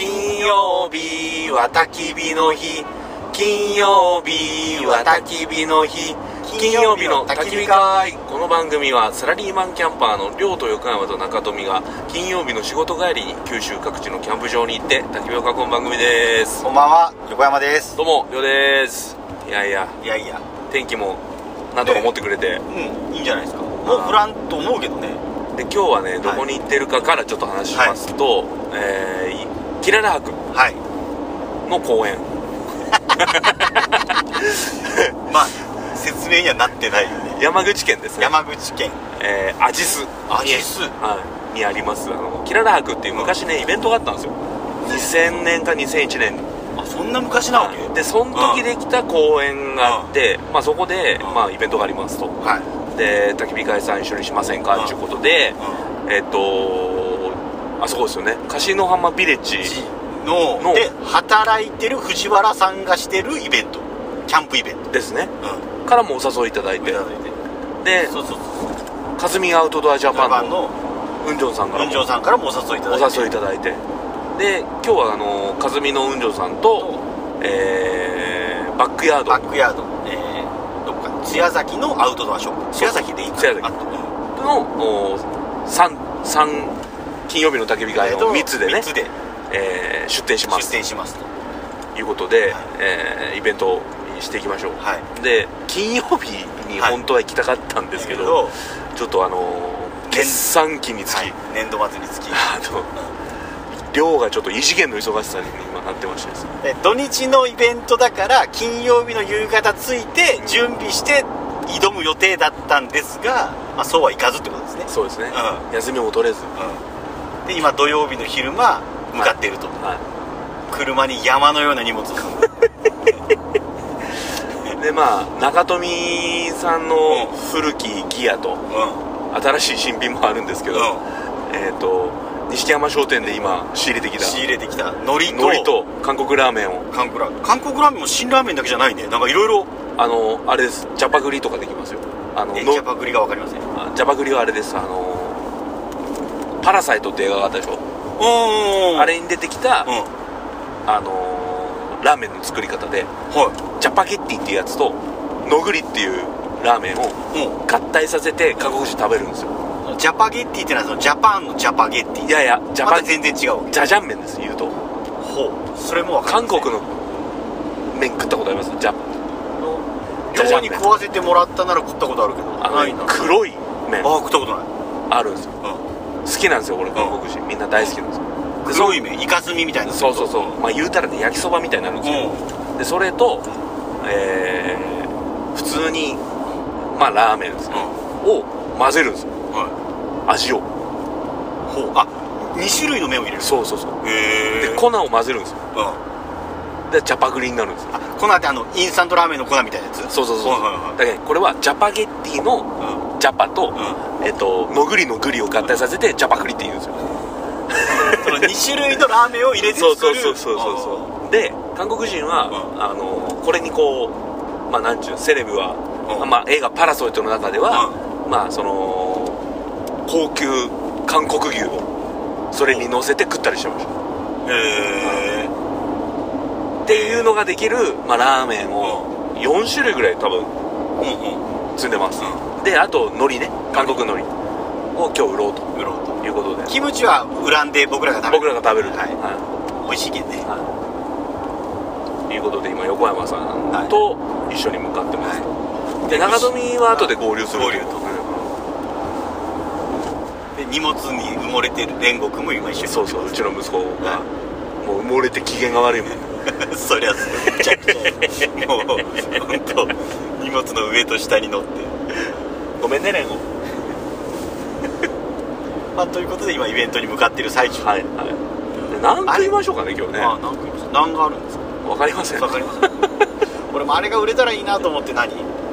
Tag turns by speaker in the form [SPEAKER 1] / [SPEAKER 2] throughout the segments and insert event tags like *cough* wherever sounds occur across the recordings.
[SPEAKER 1] 曜日は焚き火の日金曜日は焚き火の日金曜日の焚き火会この番組はサラリーマンキャンパーの亮と横山と中富が金曜日の仕事帰りに九州各地のキャンプ場に行って焚き火を囲む番組です
[SPEAKER 2] こんばんは、横山です。
[SPEAKER 1] どうも亮ですいやいや
[SPEAKER 2] いやいや、
[SPEAKER 1] 天気もなんとか持ってくれて
[SPEAKER 2] うん、いいんじゃないですか。
[SPEAKER 1] も
[SPEAKER 2] も
[SPEAKER 1] う
[SPEAKER 2] う
[SPEAKER 1] 降
[SPEAKER 2] 降
[SPEAKER 1] ら
[SPEAKER 2] らんと思うけどね。
[SPEAKER 1] で今日はねどこに行ってるかからちょっと話しますと、えーキララ博
[SPEAKER 2] はい。
[SPEAKER 1] の公園
[SPEAKER 2] まあ、説明にはなってないよね。
[SPEAKER 1] 山口県ですね
[SPEAKER 2] 山口県。
[SPEAKER 1] えーアジス
[SPEAKER 2] アジス
[SPEAKER 1] はいにありますあのキララ博っていう昔ねイベントがあったんですよ2000年か2001年
[SPEAKER 2] あ、そんな昔なわけ
[SPEAKER 1] でその時できた公演があって、まあ、そこで、まあ、イベントがありますと
[SPEAKER 2] はい。
[SPEAKER 1] で焚き火会さん一緒にしません
[SPEAKER 2] う
[SPEAKER 1] か
[SPEAKER 2] ん
[SPEAKER 1] っていうことでえっ、とあそこですよね樫野浜ビレッジ
[SPEAKER 2] の、
[SPEAKER 1] の
[SPEAKER 2] で、働いてる藤原さんがしてるイベント。キャンプイベント。
[SPEAKER 1] ですね
[SPEAKER 2] う
[SPEAKER 1] からもお誘いいただい
[SPEAKER 2] い
[SPEAKER 1] て
[SPEAKER 2] ただいて。
[SPEAKER 1] で
[SPEAKER 2] そうそうそう。
[SPEAKER 1] かずみアウトドアジャ
[SPEAKER 2] ジャ
[SPEAKER 1] パ
[SPEAKER 2] パ
[SPEAKER 1] ン
[SPEAKER 2] ン
[SPEAKER 1] の
[SPEAKER 2] の
[SPEAKER 1] うんじょんさんから
[SPEAKER 2] 文
[SPEAKER 1] も
[SPEAKER 2] 章さんからもお誘いいた
[SPEAKER 1] お
[SPEAKER 2] だいて。
[SPEAKER 1] 誘いいただいてで今日はあのかずみのうんじょうさんと、えーバックヤー
[SPEAKER 2] バ
[SPEAKER 1] ド
[SPEAKER 2] ックヤード。えー、どっか、千谷崎のアウトドアショップ。千谷崎でいいか
[SPEAKER 1] 千谷崎
[SPEAKER 2] あとうん
[SPEAKER 1] のお三三金曜日の焚き火会
[SPEAKER 2] えーと
[SPEAKER 1] の3つでね
[SPEAKER 2] 三、つで
[SPEAKER 1] えー出店しま
[SPEAKER 2] 出
[SPEAKER 1] す
[SPEAKER 2] 店しますと。
[SPEAKER 1] ということで、
[SPEAKER 2] はい
[SPEAKER 1] えーイベントをしていきましょう、
[SPEAKER 2] はい。
[SPEAKER 1] で金曜日に
[SPEAKER 2] はい
[SPEAKER 1] 本当は行きたかったんですけど、
[SPEAKER 2] だ
[SPEAKER 1] ちょっとあのー決算期につき、
[SPEAKER 2] はい、年度末につき
[SPEAKER 1] あの量がちょっと異次元の忙しさに今なってましてですね
[SPEAKER 2] え土日のイベントだから金曜日の夕方ついて準備して挑む予定だったんですが、まあ、そうはいかずってことですね、
[SPEAKER 1] そうですね、
[SPEAKER 2] う
[SPEAKER 1] 休みも取れず、
[SPEAKER 2] うん、で今土曜日の昼間向かっていると、
[SPEAKER 1] はい
[SPEAKER 2] 車に山のような荷物を
[SPEAKER 1] でまあ中富さんの古きギアと
[SPEAKER 2] うん
[SPEAKER 1] 新しい新品もあるんですけど、えっ、と錦山商店で今仕入れてきた
[SPEAKER 2] 仕入れてきた海苔と
[SPEAKER 1] 海苔と韓国ラーメンを
[SPEAKER 2] 韓国ラーメン韓国ラーメンも辛ラーメンだけじゃないねなんかいろいろ
[SPEAKER 1] あのあれですジャパグリとかできますよあの
[SPEAKER 2] え
[SPEAKER 1] の
[SPEAKER 2] ジャパグリが分かりませんうん
[SPEAKER 1] あジャパグリはあれですあの「パラサイト」って映画があったでしょ、あれに出てきた、
[SPEAKER 2] うん
[SPEAKER 1] あのラーメンの作り方で
[SPEAKER 2] は
[SPEAKER 1] ジャパゲッティっていうやつとのぐりっていうラーメンを
[SPEAKER 2] いも
[SPEAKER 1] 合体させて韓国人食べるんですよ
[SPEAKER 2] うジャパゲッティってのはそのジャパンのジャパゲッティ
[SPEAKER 1] いやいやジャ
[SPEAKER 2] ま
[SPEAKER 1] パ
[SPEAKER 2] た全然違うわけ
[SPEAKER 1] ジャジャン麺です言うと
[SPEAKER 2] ほうそれもわか
[SPEAKER 1] 韓
[SPEAKER 2] る
[SPEAKER 1] 国の麺食ったことありますじゃジャジャ
[SPEAKER 2] 寮
[SPEAKER 1] ン
[SPEAKER 2] に
[SPEAKER 1] 麺
[SPEAKER 2] 食わせてもらったなら食ったことあるけど
[SPEAKER 1] あのね黒い麺
[SPEAKER 2] あ食ったことない、
[SPEAKER 1] あるんですよ
[SPEAKER 2] う
[SPEAKER 1] 好きなんですよこれ韓国人みんな大好きなんですよ
[SPEAKER 2] ん、
[SPEAKER 1] で
[SPEAKER 2] 黒い麺イカスミみたいな
[SPEAKER 1] そそうそうそうまあ言うたらね焼きそばみたいになるんですよ
[SPEAKER 2] う
[SPEAKER 1] でそれとえー普通にまあラーメンですねを混ぜるんですよ
[SPEAKER 2] んはい
[SPEAKER 1] 味を
[SPEAKER 2] ほうあ二2種類の麺を入れる
[SPEAKER 1] そうそうそう
[SPEAKER 2] へ
[SPEAKER 1] で
[SPEAKER 2] こ、
[SPEAKER 1] 粉を混ぜるんですよ
[SPEAKER 2] うん、
[SPEAKER 1] でジャパグリになるんですよ
[SPEAKER 2] あ粉ってあのインスタントラーメンの粉みたいなやつ
[SPEAKER 1] そうそうそう
[SPEAKER 2] はいはいは
[SPEAKER 1] だけどこれはジャパゲッティの
[SPEAKER 2] い
[SPEAKER 1] ジャパと
[SPEAKER 2] うんうん
[SPEAKER 1] えっとのぐりのぐりを合体させてジャパグリって言うんですよ
[SPEAKER 2] その2種類のラーメンを入れて
[SPEAKER 1] そう
[SPEAKER 2] 作
[SPEAKER 1] そう
[SPEAKER 2] る
[SPEAKER 1] そうそうそうそうで韓国人は、
[SPEAKER 2] う
[SPEAKER 1] あのこれにこうまあなんちゅうセレブは、
[SPEAKER 2] うん
[SPEAKER 1] まあ、映画「パラソイト」の中では、まあその高級韓国牛をそれに乗せて食ったりしてました
[SPEAKER 2] へえ
[SPEAKER 1] っていうのができる、まあ、ラーメンを4種類ぐらい多分
[SPEAKER 2] うんうん
[SPEAKER 1] 積んでます、であと海苔ね韓国海苔を今日売ろうと
[SPEAKER 2] うろうと
[SPEAKER 1] いうことで
[SPEAKER 2] キムチはウランで僕らが食べる
[SPEAKER 1] 僕らが食べると、
[SPEAKER 2] はい
[SPEAKER 1] はい
[SPEAKER 2] 美味しいけどね
[SPEAKER 1] はい、ということで今横山さんと一緒に向かってます、で
[SPEAKER 2] で
[SPEAKER 1] 長富は後で合流する
[SPEAKER 2] 合流とで荷物に埋もれてる煉獄も今一緒に
[SPEAKER 1] そうそううちの息子が、
[SPEAKER 2] は
[SPEAKER 1] もう埋もれて機嫌が悪いもん
[SPEAKER 2] そりゃそうめちゃくちゃもう本当荷物の上と下に乗って、
[SPEAKER 1] ごめんねレン
[SPEAKER 2] *laughs*
[SPEAKER 1] ゴ
[SPEAKER 2] まあ、ということで今イベントに向かっている最中
[SPEAKER 1] はいはいで何食いましょうかね今日ね
[SPEAKER 2] あ何か何があるんですか
[SPEAKER 1] わかりません
[SPEAKER 2] わかります俺もあれが売れたらいいなと思って何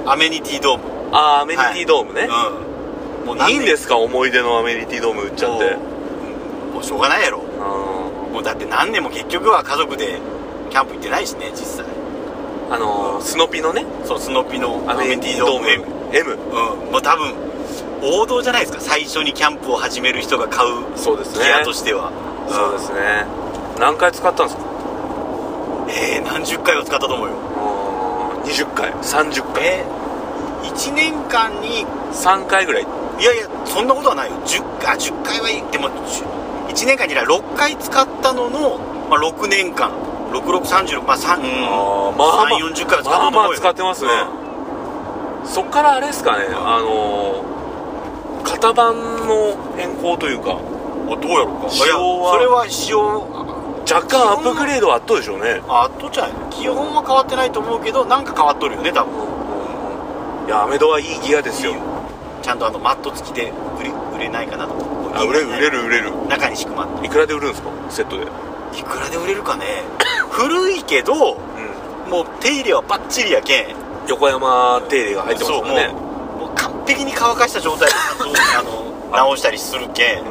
[SPEAKER 2] アメニティドーム
[SPEAKER 1] あーアメニティドームね、
[SPEAKER 2] うんも
[SPEAKER 1] い、いんですすか思い出のアメニティドーム売っちゃって
[SPEAKER 2] もうしょうがないやろ
[SPEAKER 1] あ
[SPEAKER 2] もうだって何年も結局は家族でキャンプ行ってないしね実際
[SPEAKER 1] ーあのー、スノピのね
[SPEAKER 2] そうスノピの
[SPEAKER 1] ア
[SPEAKER 2] ア
[SPEAKER 1] メニ
[SPEAKER 2] メニ
[SPEAKER 1] テ
[SPEAKER 2] テ
[SPEAKER 1] ィド
[SPEAKER 2] ィド
[SPEAKER 1] ー
[SPEAKER 2] ー
[SPEAKER 1] ム
[SPEAKER 2] ム
[SPEAKER 1] M, M
[SPEAKER 2] うん、もう多分王道じゃないですか最初にキャンプを始める人が買う
[SPEAKER 1] そうですね
[SPEAKER 2] ギアとしては、
[SPEAKER 1] そうですね何回使ったんですか
[SPEAKER 2] えー、何十回は使ったと思うよ
[SPEAKER 1] 20回30回
[SPEAKER 2] え1年間に
[SPEAKER 1] 3回ぐらい
[SPEAKER 2] いやいやそんなことはないよ10回あ10回はいいでも10 1年間に6回使ったのの、まあ、6年間6636まあ3、
[SPEAKER 1] あ
[SPEAKER 2] う
[SPEAKER 1] ー
[SPEAKER 2] ん、
[SPEAKER 1] まあまあ
[SPEAKER 2] 3 40回
[SPEAKER 1] ま
[SPEAKER 2] は使ったと
[SPEAKER 1] あ
[SPEAKER 2] 思うよ
[SPEAKER 1] まあ使ってますね、そっからあれですかねあのー型番の変更というか
[SPEAKER 2] うんあどうやろうか
[SPEAKER 1] 仕様はい
[SPEAKER 2] やそれは仕様
[SPEAKER 1] 若干アップグレードはあったでしょうね
[SPEAKER 2] あとじゃない基本は変わってないと思うけどなんか変わっとるよね多分
[SPEAKER 1] いやアメドはいいギアですよ
[SPEAKER 2] いいちゃんとあのマット付きで売れ売れないかなと
[SPEAKER 1] あ売れる売れる売れる
[SPEAKER 2] 中に敷くマット
[SPEAKER 1] いくらで売るんですかセットでうん
[SPEAKER 2] いくらで売れるかね *coughs* 古いけどもう手入れはバッチリやけん
[SPEAKER 1] 横山手入れが入ってますから
[SPEAKER 2] そう
[SPEAKER 1] ね
[SPEAKER 2] もうもう完璧に乾かした状態で *laughs* そうあの直したりするけん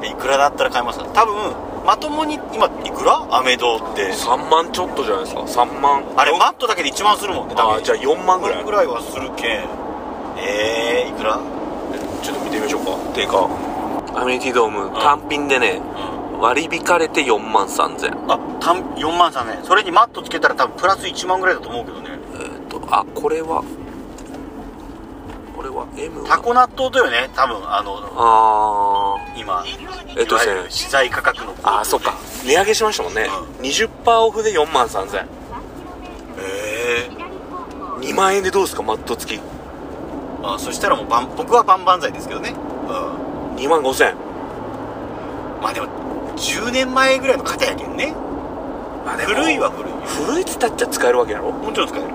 [SPEAKER 2] でいくらだったら買えますか多分まともに今いくらアメドって
[SPEAKER 1] で3万ちょっとじゃないですか3万
[SPEAKER 2] あれマットだけで1万するもんね多
[SPEAKER 1] あ
[SPEAKER 2] 分
[SPEAKER 1] じゃあ4万ぐ
[SPEAKER 2] こ
[SPEAKER 1] ら
[SPEAKER 2] れ
[SPEAKER 1] い
[SPEAKER 2] ぐらいはするけんえー、いくら
[SPEAKER 1] ちょっと見てみましょうか定価アメニティドーム
[SPEAKER 2] ん
[SPEAKER 1] 単品でね割り引かれて4万3000
[SPEAKER 2] あたん4万3千円それにマットつけたら多分プラス1万ぐらいだと思うけどね
[SPEAKER 1] えーっとあこれはこれは M
[SPEAKER 2] タコ納豆だよね多分あの
[SPEAKER 1] あー
[SPEAKER 2] 今
[SPEAKER 1] えっとですね
[SPEAKER 2] いわゆる資材価格の
[SPEAKER 1] あーそっか値上げしましたもんね、20%オフで4万3000
[SPEAKER 3] 3km
[SPEAKER 2] ええ
[SPEAKER 3] 左方向
[SPEAKER 1] 2万円でどうですかマット付き
[SPEAKER 2] あそしたらもうバン僕はバンバン剤ですけどねうん
[SPEAKER 1] 2万5000
[SPEAKER 2] まあでも10年前ぐらいの方やけんね古いは古いよ
[SPEAKER 1] 古いっつったっちゃ使えるわけやろね
[SPEAKER 2] もちろん使える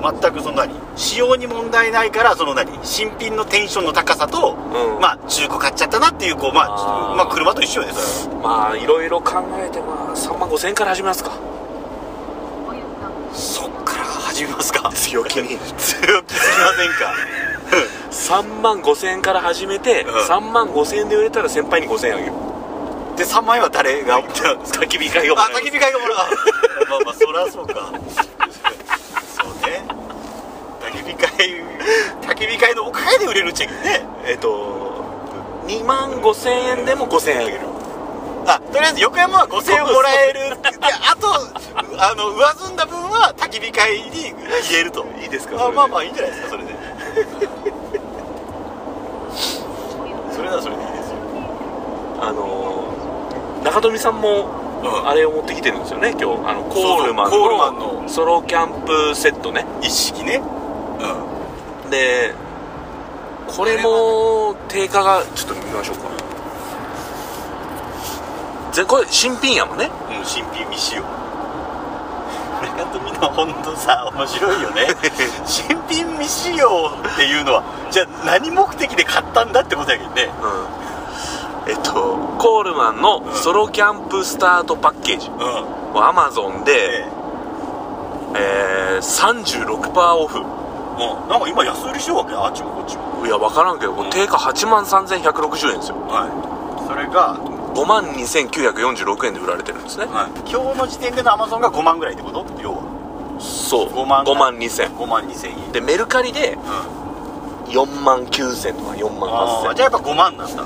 [SPEAKER 2] 全くその何仕様に問題ないからその何新品のテンションの高さと、
[SPEAKER 1] うん
[SPEAKER 2] まあ中古買っちゃったなっていうこうまあ
[SPEAKER 1] あー
[SPEAKER 2] まあ車と一緒よねそれは
[SPEAKER 1] まあいろいろ考えてまあ3万5000円から始めますか
[SPEAKER 3] およ
[SPEAKER 2] そっから始めますか
[SPEAKER 1] 強気に
[SPEAKER 2] 強気すぎませんか
[SPEAKER 1] 3万5000円から始めて、
[SPEAKER 2] うん
[SPEAKER 1] 3万5000円で売れたら先輩に5000円あげる
[SPEAKER 2] で3万円は誰が *laughs* あ
[SPEAKER 1] 焚き火会がもらえます
[SPEAKER 2] 焚き火会がもらうまあまあそりゃそうかそう *laughs* ね焚き火会焚き火会のおかげで売れるチェックね
[SPEAKER 1] えっと2万5000円でも5000円あげる
[SPEAKER 2] あとりあえず横山は5000円もらえるであとあの上積んだ分は焚き火会に入れると
[SPEAKER 1] いいですか
[SPEAKER 2] ま
[SPEAKER 1] そ
[SPEAKER 2] あ
[SPEAKER 1] れで
[SPEAKER 2] まあまあいいんじゃないですかそ *laughs* れでそれならそれでいいですよ
[SPEAKER 1] あのー中富さんも
[SPEAKER 2] うん
[SPEAKER 1] あれを持ってきてるんですよね今日あのコ
[SPEAKER 2] そうそう
[SPEAKER 1] ールマン
[SPEAKER 2] コールマンの
[SPEAKER 1] のソロキャンプセットね
[SPEAKER 2] 一式ねうん
[SPEAKER 1] でこれも定価がちょっと見ましょうかぜこれ新品やもんね
[SPEAKER 2] うん新品未使用中富のほんとさ面白いよ *laughs* ね新品未使用っていうのはじゃあ何目的で買ったんだってことやけどね
[SPEAKER 1] えっとコールマンのソロキャンプスタートパッケージ
[SPEAKER 2] うん
[SPEAKER 1] アマゾンで、
[SPEAKER 2] え
[SPEAKER 1] えー、36%オフ
[SPEAKER 2] もうんなんか今安売りしようわけあっちもこっちも
[SPEAKER 1] いや分からんけど、これ
[SPEAKER 2] うん
[SPEAKER 1] 定価8万3160円ですよ
[SPEAKER 2] はいそれが
[SPEAKER 1] 5万2946円で売られてるんですね
[SPEAKER 2] 今日の時点でのアマゾンが5万ぐらいってこと要は
[SPEAKER 1] そう
[SPEAKER 2] 5万
[SPEAKER 1] 5万2000
[SPEAKER 2] 5万2千円うん
[SPEAKER 1] でメルカリで
[SPEAKER 2] あ
[SPEAKER 1] 4万9000とか4万
[SPEAKER 2] あ
[SPEAKER 1] 8000
[SPEAKER 2] じゃあやっぱ5万なんだ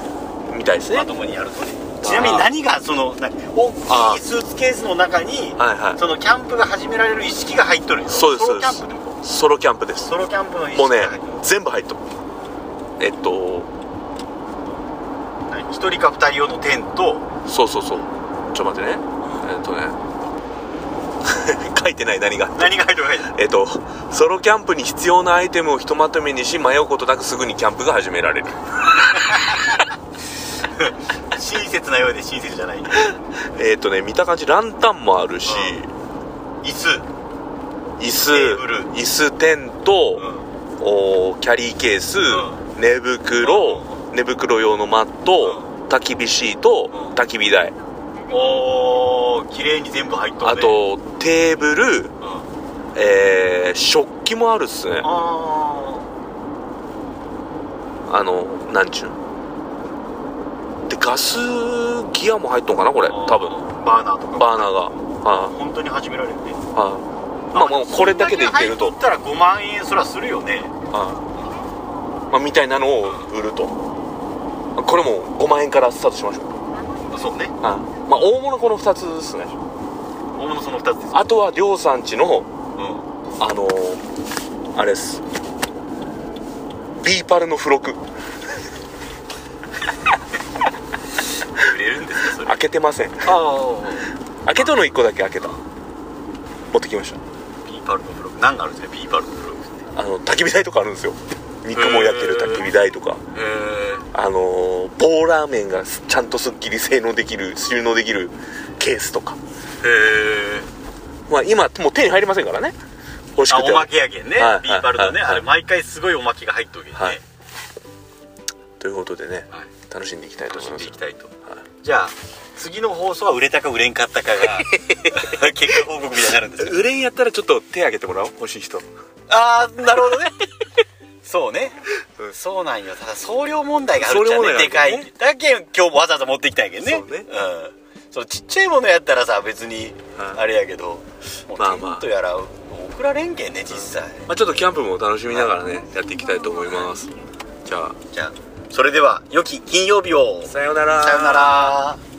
[SPEAKER 1] みたいですね
[SPEAKER 2] まともにやるとねちなみに何がそのな
[SPEAKER 1] あ
[SPEAKER 2] 大
[SPEAKER 1] ー
[SPEAKER 2] きいスーツケースの中に
[SPEAKER 1] はいはい
[SPEAKER 2] そのキャンプが始められる意識が入っとるよ
[SPEAKER 1] そうです
[SPEAKER 2] ソ
[SPEAKER 1] そうで
[SPEAKER 2] ロキャ
[SPEAKER 1] す
[SPEAKER 2] ンプってこ
[SPEAKER 1] ソロキャンプで
[SPEAKER 2] と
[SPEAKER 1] す
[SPEAKER 2] ソロキャンプの意
[SPEAKER 1] もう
[SPEAKER 2] 識
[SPEAKER 1] ね
[SPEAKER 2] が入っとる
[SPEAKER 1] 全部入っとるえっと
[SPEAKER 2] 1人か2人用のテント
[SPEAKER 1] そうそうそうちょっと待ってねえっとね *laughs* 書いてない何が
[SPEAKER 2] 何が入っとるか入っとる
[SPEAKER 1] えっとソロキャンプに必要なアイテムをひとまとめにし迷うことなくすぐにキャンプが始められる
[SPEAKER 2] 親切なようで親切じゃない
[SPEAKER 1] えっとね見た感じランタンもあるし、
[SPEAKER 2] 椅子
[SPEAKER 1] 椅
[SPEAKER 2] テー
[SPEAKER 1] 子
[SPEAKER 2] ブル
[SPEAKER 1] 椅子テント、おーキャリーケース、
[SPEAKER 2] う
[SPEAKER 1] 寝袋、寝袋用のマット、焚き火シート、
[SPEAKER 2] うん
[SPEAKER 1] 焚き火台、
[SPEAKER 2] おー綺麗に全部入っとる
[SPEAKER 1] あ
[SPEAKER 2] ね
[SPEAKER 1] とテーブル、
[SPEAKER 2] うん
[SPEAKER 1] えー食器もあるっすねあ
[SPEAKER 2] あ
[SPEAKER 1] のなんちゅうんでガスギアも入っとんかなこれ
[SPEAKER 2] あ
[SPEAKER 1] 多分
[SPEAKER 2] バーナーとか
[SPEAKER 1] バーナーがはい
[SPEAKER 2] 本当に始められるね
[SPEAKER 1] はいまあもうこれだけでいけると
[SPEAKER 2] そんだけ入っとったら5万円そらするよね
[SPEAKER 1] はいまあみたいなのを売るとこれも5万円からスタートしましょう
[SPEAKER 3] まもなく
[SPEAKER 2] そうね
[SPEAKER 1] あまあ大物この2つですね
[SPEAKER 2] 大物その2つです
[SPEAKER 1] あとは亮さんちの
[SPEAKER 2] うん
[SPEAKER 1] あのー、あれですビーパルの付録
[SPEAKER 2] 売れるんですかそれ
[SPEAKER 1] 開けてません
[SPEAKER 2] ああ
[SPEAKER 1] 開けとの1個だけ開けた持ってきまし
[SPEAKER 2] ビーパルのブログ何があるんですかビーパルのブログって
[SPEAKER 1] たあの焚き火台とかあるんですよ肉も焼ける焚き火台とか
[SPEAKER 2] え
[SPEAKER 1] あのー、棒ラーメンがすちゃんとすっきり性能できる収納できるケースとか
[SPEAKER 2] え
[SPEAKER 1] まあ今もう手に入りませんからね欲し
[SPEAKER 2] あ
[SPEAKER 1] くて
[SPEAKER 2] お
[SPEAKER 1] は
[SPEAKER 2] まけやけんね、
[SPEAKER 1] はい
[SPEAKER 2] ビーパルのね、
[SPEAKER 1] はい
[SPEAKER 2] あれ毎回すごいおまけが入っとるけんね、
[SPEAKER 1] はいということでね
[SPEAKER 2] はい
[SPEAKER 1] 楽しんでいきたいと
[SPEAKER 2] 楽
[SPEAKER 1] 思
[SPEAKER 2] し
[SPEAKER 1] い
[SPEAKER 2] ん
[SPEAKER 1] ま
[SPEAKER 2] ですいきたいと
[SPEAKER 1] はい
[SPEAKER 2] じゃあ次の放送は売れたか売れんかったか
[SPEAKER 1] *laughs*
[SPEAKER 2] が結果報告みたいになるんですよ
[SPEAKER 1] 売れんやったらちょっと手挙げてもらおう欲しい人
[SPEAKER 2] ああなるほどね *laughs* そうねそうなんよただ送料問題があるじゃ
[SPEAKER 1] 送料
[SPEAKER 2] ん
[SPEAKER 1] 問題
[SPEAKER 2] ねでか
[SPEAKER 1] がある
[SPEAKER 2] いだけん今日もわざわざ持ってきたんやけどね
[SPEAKER 1] そうね
[SPEAKER 2] ん、そのちっちゃいものやったらさ別に
[SPEAKER 1] はい
[SPEAKER 2] あれやけど、もう
[SPEAKER 1] まあ
[SPEAKER 2] テ
[SPEAKER 1] まあ
[SPEAKER 2] ントやら送られんけんね実際、
[SPEAKER 1] まあ、ちょっとキャンプも楽しみながらねやっていきたいと思いますじゃあ
[SPEAKER 2] じゃあそれでは良き金曜日をさ
[SPEAKER 1] さようなら
[SPEAKER 2] よなら